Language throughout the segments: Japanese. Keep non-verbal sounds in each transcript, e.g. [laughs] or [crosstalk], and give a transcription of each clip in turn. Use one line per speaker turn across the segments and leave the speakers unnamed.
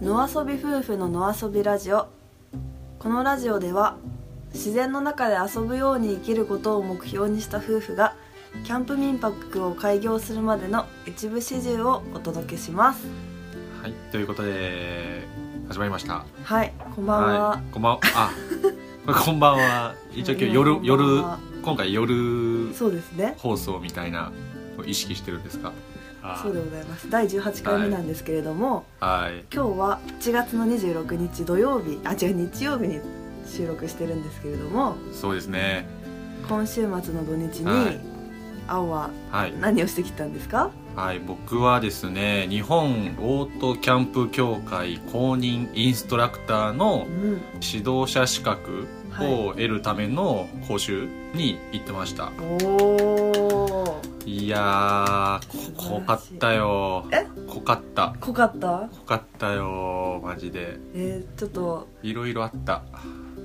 遊び夫婦の野遊びラジオこのラジオでは自然の中で遊ぶように生きることを目標にした夫婦がキャンプ民泊を開業するまでの一部始終をお届けします
はい、ということで始まりました。
はいこんばんは、
い、こんばんは。あ、
[laughs]
これこんばんは。一応今日夜
こんば
夜
んは
今回夜
そうですね
放送みたいなのを意識してるんですか。あ
そうでございます第18回目なんですけれども、
はい。
今日は1月の26日土曜日あ違う日曜日に収録してるんですけれども
そうですね。
今週末の土日に、
はい
青は
はい。
何をしてきたんですか
はい、僕はですね、日本オートキャンプ協会公認インストラクターの
うん
指導者資格を得るための講習に行ってました。
おー
いやー、
素晴らし
こ濃
い
かったよ。
え
濃かった。
濃かった
濃かったよ、マジで。
えー、ちょっと
いろいろあった。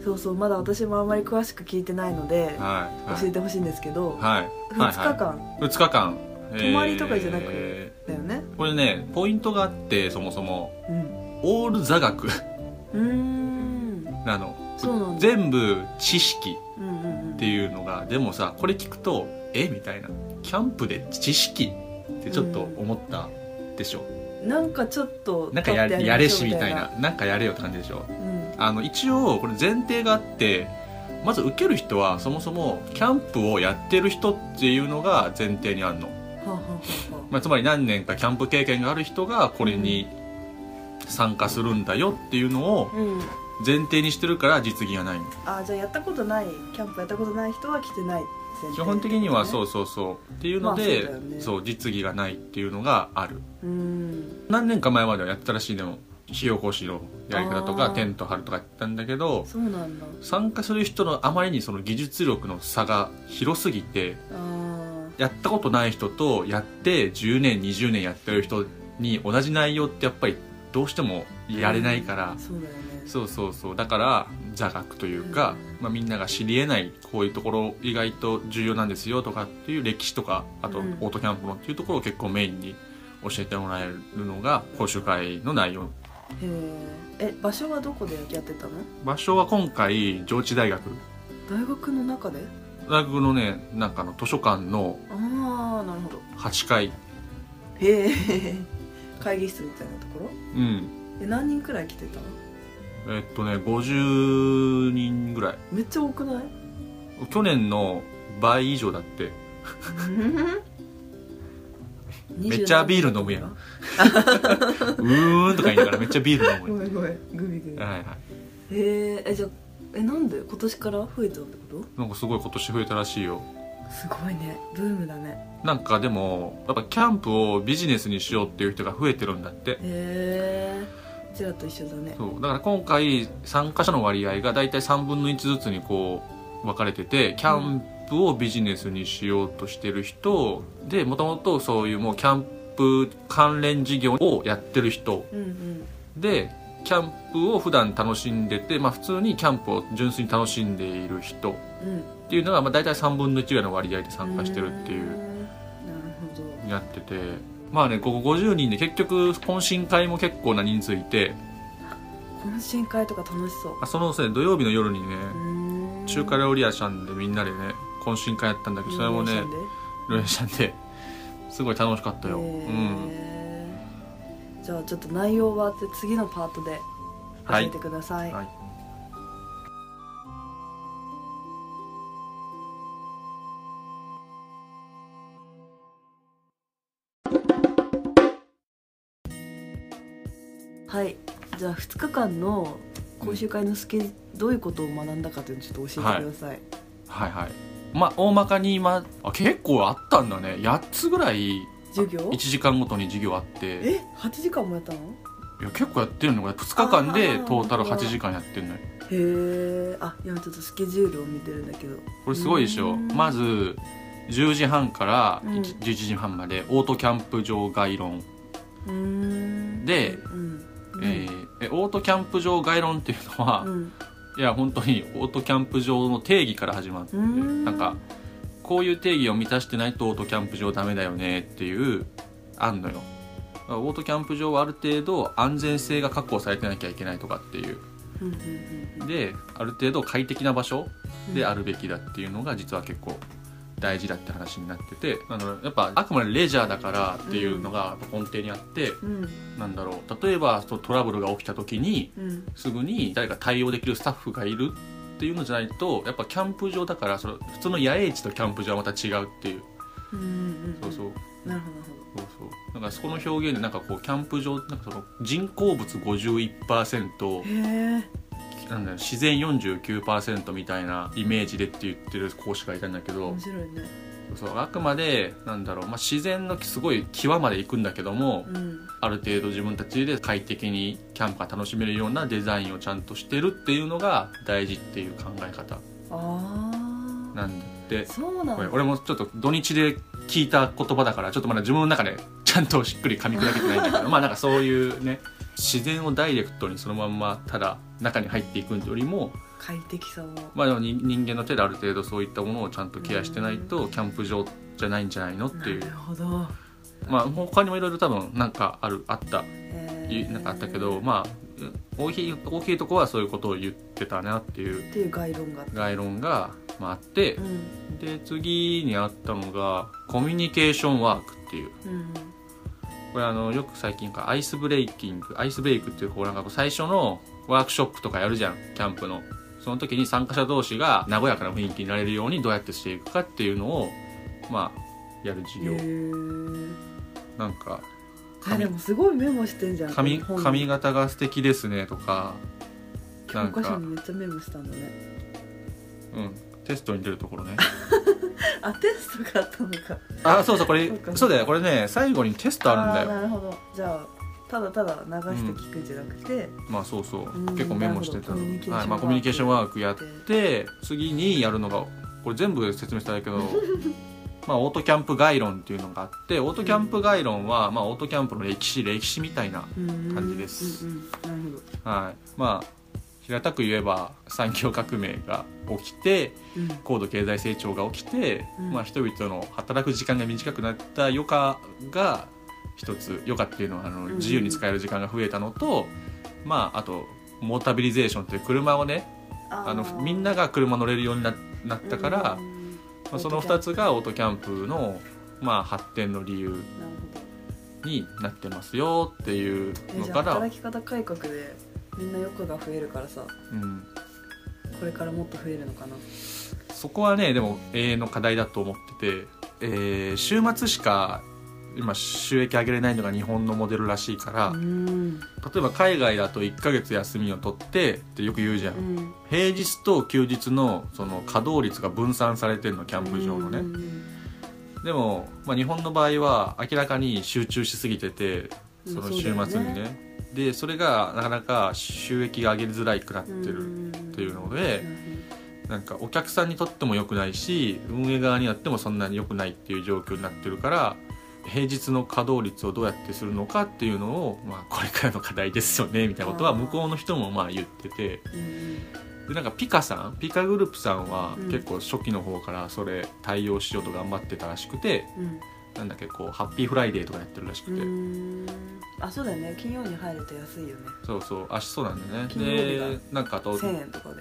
そうそうまだ私もあんまり詳しく聞いてないので
はい。はい
教えてほしいんですけど、
はい。
2日間、
はい。2日間。
泊まりとかじゃなく
え
だよね
ーこれね、ポイントがあって、そもそも、
うん
オール座学 [laughs]
うーん
なの。
そうなんだ
全部知識
うんうんうん
っていうのが、でもさ、これ聞くと、えみたいな。キャンプで知識ってちょっと思ったでしょ。
なんかちょっと
なんかや
立って
や
り
れ
まょ
し
う
みたいな、なんかやれよって感じでしょ。
うん
あの一応これ前提があってまず受ける人はそもそもキャンプをやってる人っていうのが前提にあるの、
はあはあはあはあ
まあ、つまり何年かキャンプ経験がある人がこれに参加するんだよっていうのを
うん、
前提にしてるから実技がないの
あじゃあやったことないキャンプやったことない人は来てない
基本的にはそううそうそうっていうので、
まあそうだよね
そう実技がないっていうのがある
うん
何年か前まではやってたらしいでも火起こしのやり方と
あ
か
ー
テント張るとかやってたんだけど
そうなんだ
参加する人のあまりにその技術力の差が広すぎて
あー
やったことない人とやって10年20年やってる人に同じ内容ってやっぱりどうしてもやれないから、
そうだよね
そうそうそうだから座学というか、まあ、みんなが知りえないこういうところ意外と重要なんですよとかっていう歴史とかあとオ
うん
ートキャンプのっていうところを結構メインに教えてもらえるのが講習会の内容
へええ場所はどこでやってたの
場所は今回上智大学
大学の中で
大学のねなんかあの図書館の
ああなるほど
8階
へえ会議室みたいなところ
うん
え何人くらい来てたの
えっとね50人ぐらい
めっちゃ多く [laughs] ない
去年の倍以上だってめっちゃビール飲むやんうーんとか言いながらめっちゃビール飲
ご
む
めんごめんグビグビ
はいはい
へええじゃあえなんで今年から増えたってこと
なんかすごい今年増えたらしいよ
すごいねブームだね
なんかでもやっぱキャンプをビジネスにしようっていう人が増えてるんだって
へえうちらと一緒だね
そうだから今回参加者の割合がだいたい3分の1ずつにこう分かれててキャンプをビジネスにしようとしてる人でもともとそういうもうキャンプ関連事業をやってる人
うんうん
でキャンプを普段楽しんでて、まあ、普通にキャンプを純粋に楽しんでいる人
うん
っていうのが、まあ、大体3分の1ぐらいの割合で参加してるってい
ー
う
ん
う
なるほど
やっててまあねここ50人で結局懇親会も結構な人数いて
懇親会とか楽しそう
あそのせい土曜日の夜にね
うーん
中華料理屋さんでみんなでね懇親会やったんだけどそれもね
イルミネ
料理屋さんですごい楽しかったよ、
ーションで
うん
へーじゃあちょっと内容は次のパートで教
は
え
い
てください、
はい
はいじゃあ2日間の講習会のスケどういうことを学んだかというのをちょっと教えてください、
はいはいまあ大まかに今あ結構あったんだね8つぐらい
授業
1時間ごとに授業あって
え8時間もやったのへ
いや結構やってるのが2日間
あ
で
ー
トータル8時間やってるのよ
えあ今ちょっとスケジュールを見てるんだけど
これすごいでし
う
ょ
ん
まず10時半から
うん
1 11時半までオートキャンプ場概論、
うーん
で
うん
えーえオートキャンプ場概論っていうのは、
うん
いや本当にオートキャンプ場の定義から始まって
うん
なんかこういう定義を満たしてないとオートキャンプ場ダメだよねっていうあんのよだからオートキャンプ場はある程度安全性が確保されてなきゃいけないとかっていう
うんうんうんうん
である程度快適な場所であ
る
るべきだっていうのが実は結構大事だって話になっててあのやっぱあくまでレジャーだからっていうのが根底にあって、
うん
なんだろう例えばそうトラブルが起きた時に
うん
すぐに誰か対応できるスタッフがいるっていうのじゃないとやっぱキャンプ場だからその普通の野営地とキャンプ場はまた違うっていう
うんうん
そうそう
なるほどなるほど
そうそうなんかそこの表現でなんかこうキャンプ場なんかその人工物51%
へえ
なんだろう自然49%みたいなイメージでって言ってる講師がいたんだけど
面白いね
そうあくまでなんだろう、まあ、自然のすごい際まで行くんだけども
うん
ある程度自分たちで快適にキャンプが楽しめるようなデザインをちゃんとしてるっていうのが大事っていう考え方
ああ
なんで
そうなん
これ
だ
俺もちょっと土日で聞いた言葉だからちょっとまだ自分の中でちゃんとしっくり噛み砕けてないんだけどまあなんかそういうね自然をダイレクトにそのまんまただ中に入っていくよりも、
快適さを
まあ、でも人人間の手である程度そういったものをちゃんとケアしてないとキャンプ場じゃないんじゃないのっていう
なるほど
まあ他にもいろいろ多分なんかあるあったい
へえ
なんかあったけどまあうん大きい大きいとこはそういうことを言ってたなっていう
っていう概論があって
概論が、まあ、あって
う、ん
で次にあったのがコミュニケーションワークっていう
うん
これあのよく最近かアイスブレイキングアイスブレイクっていうこうなんかこう最初のワークショップとかやるじゃんキャンプのその時に参加者同士が和やかな雰囲気になれるようにどうやってしていくかっていうのをまあやる授業
へ
なんか
えあでもすごいメモしてんじゃん
髪
本
髪型が素敵ですねとかな
教
んか
科書にめっちゃメモしたんだね
うんテストに出ると
[laughs]
ころね
あテストがあったのか
あそうそうこれ
そうか
そうだよこれね最後にテストある
ー
んだよ
なるほどじゃあただただ流して聞くんじゃなくて、
まあそうそう
うん
結構メモしてた
なるほどコミュニケーション
はいまあコミュニケーションワークやって次にやるのがこれ全部説明したんだ
[laughs]
けどまあオートキャンプ概論っていうのがあってオートキャンプ概論はまあオートキャンプの歴史歴史みたいな
うん
感じです
うんうんなるほど
はいまあ平たく言えば産業革命が起きて
うん
高度経済成長が起きて、
うん
まあ、人々の働く時間が短くなった余暇が一つ余暇っていうのはあの
うん
自由に使える時間が増えたのと、まあ、あとモータビリゼーションっていう車をねあのみんなが車乗れるようにななったから、まあ、その2つがオートキャンプの、まあ、発展の理由
なるほど
になってますよっていう
え
の
じゃ
か
あ
ら
働、き方改革でみんな欲が増えるからさ
うん、
これからもっと増えるのかな
そこはねでも永遠の課題だと思ってて、えー週末しか今収益上げれないのが日本のモデルらしいから、
うん
例えば海外だと1ヶ月休みを取ってってよく言うじゃん、
うん
平日と休日のその稼働率が分散されてるのキャンプ場のね、
うん
でも、まあ、日本の場合は明らかに集中しすぎてて
うん
その
そう
週
だよね
末にね,、でそれがなかなか収益が上げづらくなって
うん
る、
ん
っていうので
なるほど
なんかお客さんにとっても良くないし運営側にやってもそんなに良くないっていう状況になってるから平日の稼働率をどうやってするのかっていうのを、まあ、これからの課題ですよねみたいなことは
あー
向こうの人もまあ言ってて
うん
でなんかピカさんピカグループさんは
うん
結構初期の方からそれ対応しようと頑張ってたらしくて、
うん
なんだっけこうハッピーフライデーとかやってるらしく
う
て、
んあそうだよね金曜に入ると安いよね
そうそうあそうなんだよ
金曜日が
ねでなんかあと
1000円とかで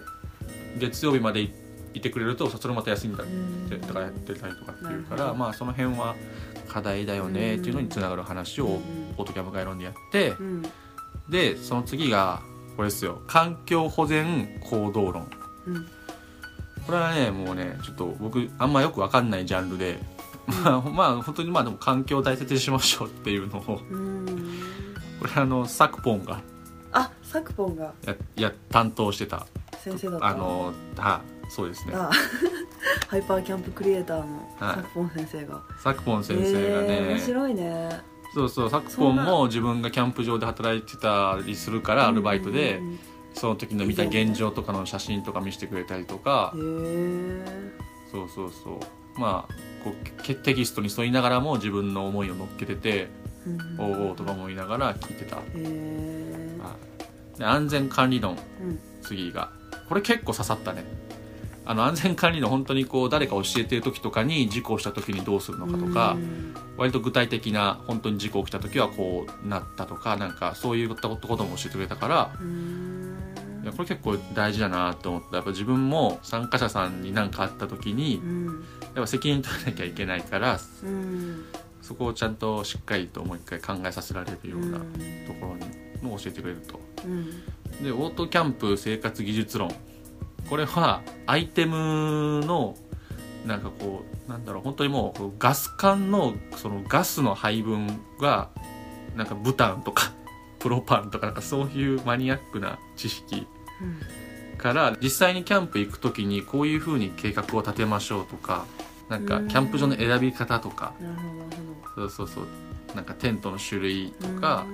月曜日までいいてくれるとそれまた休みだって
う
だ
ん
からやってたりとかっていう
な
か
る
ら
ほど
まあその辺は課題だよねっていうのにつながる話をオートキャンプ概論でやって
うんうん
でその次がこれですよ環境保全行動論
うん
これはねもうねちょっと僕あんまよくわかんないジャンルでまあまあ本当にまあでも環境を大切にしましょうっていうのを [laughs] こ
うん
れあのサクポンが
あサクポンが
やや担当してた
先生だった
あのはいそうですね
あハイパーキャンプクリエイターの
はい
サクポン先生が
サクポン先生が
えー
ね、
面白いね
そうそうサクポンも自分がキャンプ場で働いてたりするからアルバイトで
うん
その時の見た現状とかの写真とか見せてくれたりとか
うんへえ
そうそうそうまあこうけテキストに沿いながらも自分の思いを乗っけてて「おうおう」とか思いながら聞いてた、は
へえ
いで安全管理論
うん
次がこれ結構刺さったねあの安全管理の本当にこう誰か教えてる時とかに事故をした時にどうするのかとか
うん
割と具体的な本当に事故起きた時はこうなったとかなんかそういうことも教えてくれたから
うん
いやこれ結構大事だなと思ったやっぱ自分も参加者さんに何かあった時に
うん
やっぱ責任取らなきゃいけないから
うん
そこをちゃんとしっかりともう一回考えさせられるようなところにも教えてくれると。
うん
でオートキャンプ生活技術論これはアイテムのなんかこうなんだろう本当にもうガス管のそのガスの配分がなんかブタンとか [laughs] プロパンとかなんかそういうマニアックな知識
うん
から実際にキャンプ行く時にこういうふうに計画を立てましょうとかなんかキャンプ場の選び方とか
なるほどなるほ
そうそうそうなんかテントの種類と
ど
か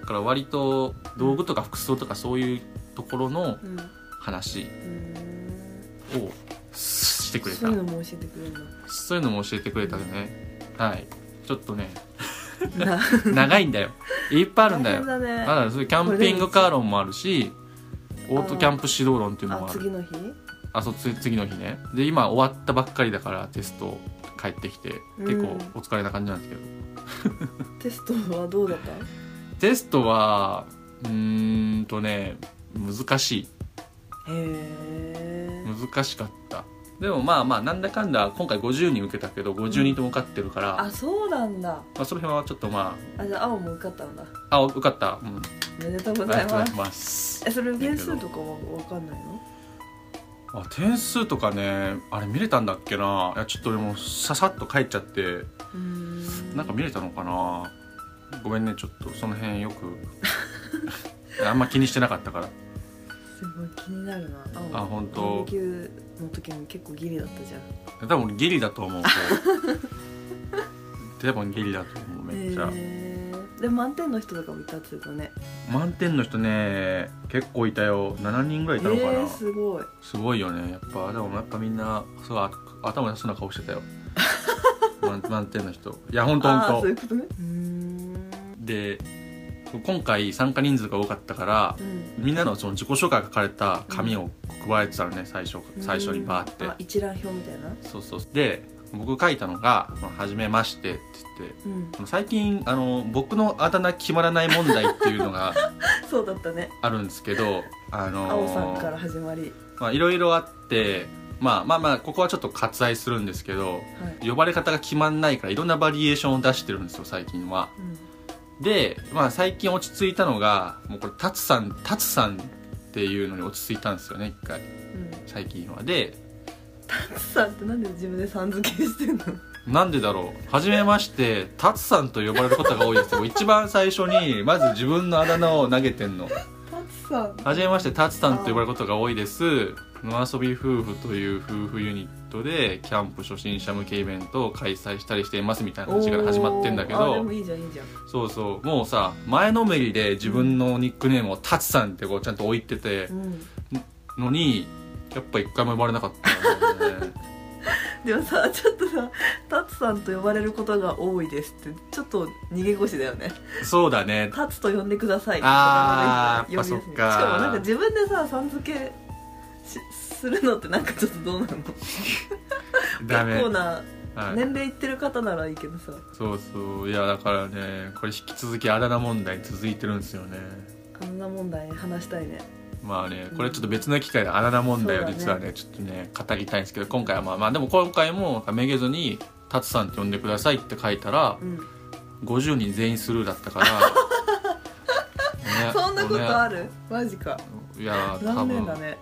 だから割と道具とか服装とかそういうところの
うんうん
話
うん
をしてくれ
そ
た
ういうのも教えてくれるん
そういうのも教えてくれたねはいちょっとね
だな
長いん
[laughs]
だよいっぱいあるんだ
大
よ
変
ま
だね
だそれキャンピングカー論もあるしオートキャンプ指導論っていうの
あ
もある
次の日
あそうつ次の日ねで今終わったばっかりだからテスト帰ってきて結構お疲れな感じなんですけど、
テストはどうだった
テストはうーんとね難しい
へー
難しかったでもまあまあなんだかんだ今回50人受けたけど50人とも受かってるから、
あそうなんだ
まあ、その辺はちょっとま
あじゃあ青も受かったんだ
ああ受かった、うん、
おめでとうご
あ
ざ
り
い
がとうご
ま
ざい
す
ます
えそれ点数とかはわかんないの
あ点数とかねあれ見れたんだっけないやちょっと俺もささっと帰っちゃって
うーん
なんか見れたのかなごめんねちょっとその辺よく [laughs] あんま気にしてなかったから
すごい気になるな青
あ本当
バーベキューの時も結構ギリだったじゃん
多分俺ギリだと思うこれ多分ギリだと思うめっちゃ、
へーで満点の人とかもいたっていうかね
満点の人ね結構いたよ7人ぐらいいたのかな、
えー、すごい
すごいよねやっぱでもやっぱみんなそうあ頭良さそうな顔して
[laughs]
たよ満満点の人いやほんと
ああー
ほ
そうんい
と
うことねうーん
で今回参加人数が多かったから
うん
みんなのその自己紹介が書かれた紙を配えてたのね最初最初にバーって
あ一覧表みたいな
そうそうで僕書いたのが「はじめまして」って言って
うん
最近あの僕のあだ名決まらない問題っていうのが
[laughs] そうだったね
あるんですけどあ
青さんか
の
ら始まり
まあいろいろあってまあまあまあここはちょっと割愛するんですけど
はい
呼ばれ方が決まんないからいろんなバリエーションを出してるんですよ最近は
うん
で、まあ、最近落ち着いたのがもうこれタツさんタツさんっていうのに落ち着いたんですよね一回
うん
最近はで
タツさんってなんで自分でさん付けしてんの
なんでだろう初めましてタツさんと呼ばれることが多
[laughs]
いですよ一番最初にまず自分のあだ名を投げてんの
タツさん
初めましてタツさんと呼ばれることが多いです野遊び夫婦という夫婦ユニットでキャンプ初心者向けイベントを開催したりしていますみたいな話から始まってんだけ
おーあ
ど
でもいいじゃんいいじゃん
そうそうもうさ前のめりで自分のニックネームを「タツさん」ってこうちゃんと置いてて
うん
のにやっぱ一回も呼ばれなかったん
[laughs]
だよね
でもさちょっとさタツさんと呼ばれることが多いですってちょっと逃げ腰だよね
そうだね
タツと呼んでください
あ
呼
ー
びやすい
やっぱそっ
し
か
かもなんか自分でささん付けしするのってなんかちょっとどうなの
ダメ
結構な
はい
年齢いってる方ならいいけどさ、
そうそういやだからねこれ引き続きあだ名問題続いてるんですよね
あんな問題話したいね
まあねこれちょっと別の機会であだ名問題
そ
を
うだね
実はねちょっとね語りたいんですけど今回はまあまあでも今回もめげずに「タツさんって呼んでください」って書いたら
うん
50人全員スルーだっ
[laughs]
たからね
そんなことある、マジか
いや多
残念
分
だね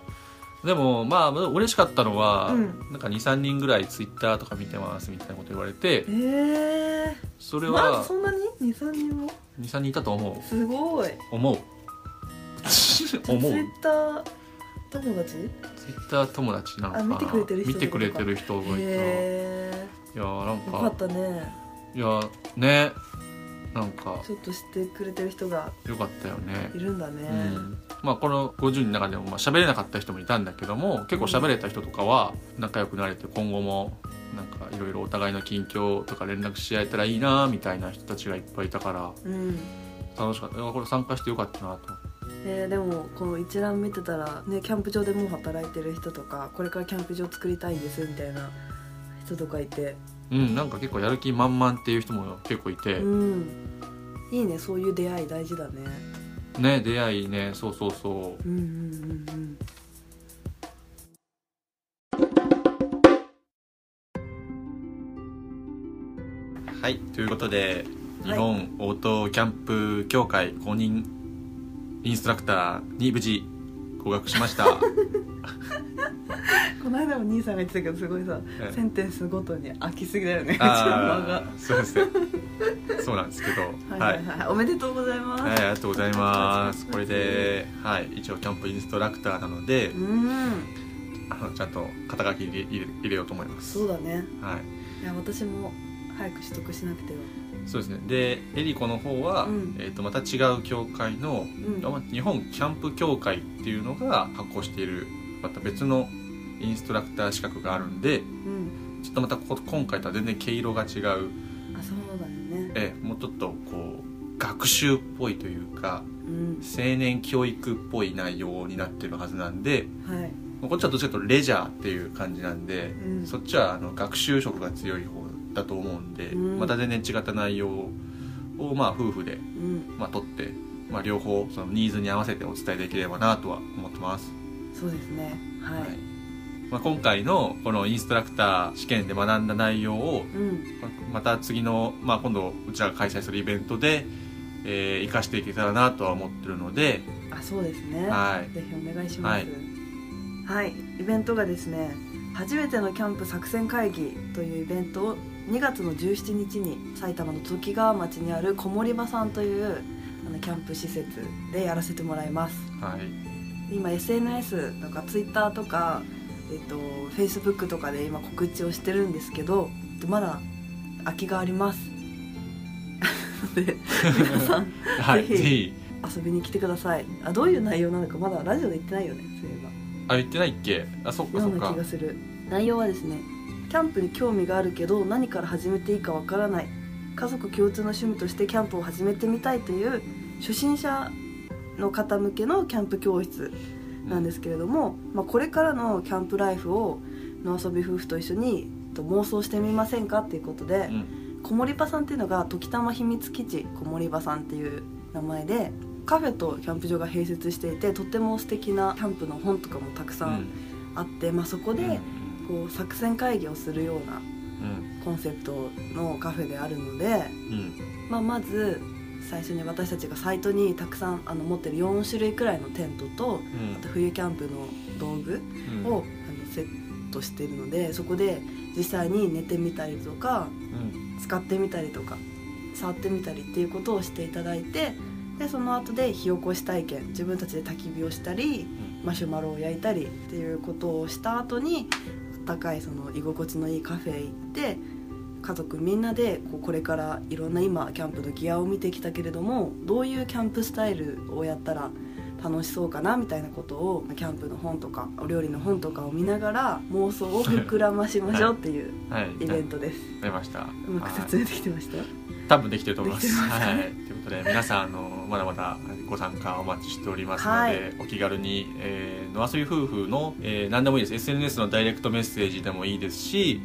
でもまあ嬉しかったのは、
うん
なんか23人ぐらいツイッターとか見てますみたいなこと言われて
えー、
それ
まあ
は
そんなに23人も
23人いたと思
すごいう [laughs]
思う思う
ツイッター友達
ツイッター友達なのかな
あ見てくれてる人
見てくれてる人がいたい
へ
やなん
えよか
か
ったね
いやねなんか
ちょっと知ってくれてる人が
よかったよね
いるんだね、
うんまあこの50人の中でもまあ喋れなかった人もいたんだけども結構喋れた人とかは仲良くなれて今後もなんかいろいろお互いの近況とか連絡し合えたらいいなみたいな人たちがいっぱいいたから
うん
楽しかったいやこれ参加してよかったなと
えーでもこの一覧見てたら、ね、キャンプ場でもう働いてる人とかこれからキャンプ場作りたいんですみたいな人とかいて、
うんなんか結構やる気満々っていう人も結構いて、
うんいいねそういう出会い大事だね
ね出会いねそうそうそ
う
う
んうんうん
はい、ということで日本オートキャンプ協会公認インストラクターに無事合格しました [laughs]
うんこの間も兄さんが言ってたけどすごいさ
え
センテンスごとに飽きすぎだよね
[laughs]
うちの間
あ
が
ーそうですねそうなんですけど
はいはい、はい、おめでとうございます、
はい、ありがとうござい
ありがとうござい
ます
ます
これで、はい、一応キャンプインストラクターなので
うん
あのちゃんと肩書き入れ入れ入れようと思います
そうだね
はい
いや私も早く取得しなくては
そうですねでエリコの方は、
うん
えー、とまた違う協会の
うん
あ日本キャンプ協会っていうのが発行しているまた別のインストラクター資格があるんで
うん
ちょっとまたこ今回とは全然毛色が違
あ
う、
そうだよね
えもうちょっとこう学習っぽいというか
うん
青年教育っぽい内容になってるはずなんで
はい
こっちはどっちかというとレジャーっていう感じなんで、
うん
そっちはあの学習色が強い方だと思うんで、
うん
また全然違った内容をまあ夫婦で、
うん
まあ、取って、まあ、両方そのニーズに合わせてお伝えできればなとは思ってます。
そうですねはい、
はいまあ、今回のこのインストラクター試験で学んだ内容を
うん
また次の、まあ、今度うちらが開催するイベントで、えー活かしていけたらなとは思ってるので、
あそうですね
はい
ぜひお願いしますはい、イベントがですね初めてのキャンプ作戦会議というイベントを2月の17日に埼玉のときがわ町にある小森場さんというあのキャンプ施設でやらせてもらいます
はい
今 SNS とか Twitter とか、えっと、Facebook とかで今告知をしてるんですけどえっとまだ空きがありますな [laughs] ので皆さん
[laughs] は
ぜ
い、
ひ
ぜひ
遊びに来てくださいあどういう内容なのかまだラジオで言ってないよねそういえば
あ言ってないっけあそっか
よ
そうっ
な
か
気がする内容はですねキャンプに興味があるけど何から始めていいかわからない家族共通の趣味としてキャンプを始めてみたいという初心者の方向けのキャンプ教室なんですけれども、まあ、これからのキャンプライフを野遊び夫婦と一緒にえっと妄想してみませんかっていうことで、
うん
小森場さんっていうのが時たま秘密基地小森場さんっていう名前でカフェとキャンプ場が併設していてとても素敵なキャンプの本とかもたくさ
うん
んあって、まあ、そこ
うん
でこう作戦会議をするような
うん
コンセプトのカフェであるので、
うん
まあ、まず最初に私たちがサイトにたくさんあの持ってる4種類くらいのテントとあと冬キャンプの道具
うん
をあのセットしてるのでそこで実際に寝てみたりとか
うん
使ってみたりとか触ってみたりっていうことをしていただいてでその後で火起こし体験自分たちで焚き火をしたりマシュマロを焼いたりっていうことをした後にあったかいその居心地のいいカフェへ行って家族みんなでこうこれからいろんな今キャンプのギアを見てきたけれどもどういうキャンプスタイルをやったら楽しそうかなみたいなことをキャンプの本とかお料理の本とかを見ながら妄想を膨らましましょうっていう
はい
イベントです。
出ました
うまく
はい
説明できてました。
多分できてると思います。
できてます
はい、ということで皆さんあのまだまだご参加お待ちしておりますので、
はい
お気軽に、えー、のあそび夫婦の、えー、何でもいいです SNS のダイレクトメッセージでもいいですし、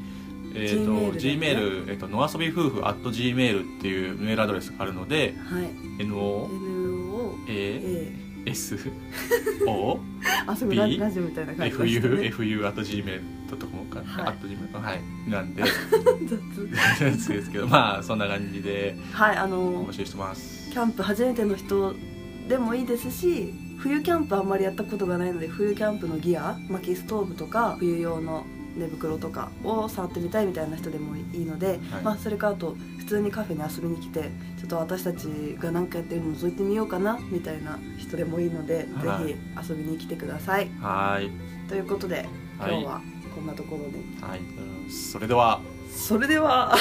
えー、と
Gmail で
G
も
メールえっ、とのあそび夫婦 at gmail っていうメールアドレスがあるので
はい。
n o
N O
a
A
s o
あすごいラジラジオみたいな感じが
f
して
u
ね
f u at gmail ドットコムか、
はい
at gmail はいなんで
[laughs] 雑
ですけどまあそんな感じで
はいあ
お
の
募集してます
キ。ャンプ初めての人でもいいですし冬キャンプあんまりやったことがないので冬キャンプのギア薪ストーブとか冬用の寝袋とかを触ってみたいみたいな人でもいいので、
はい
まあ、それかあと普通にカフェに遊びに来てちょっと私たちが何かやってるの覗いてみようかなみたいな人でもいいので、
はい
ぜひ遊びに来てください。
はい
ということで今
はい
日はこんなところで、
はい、うんそれでは
それでは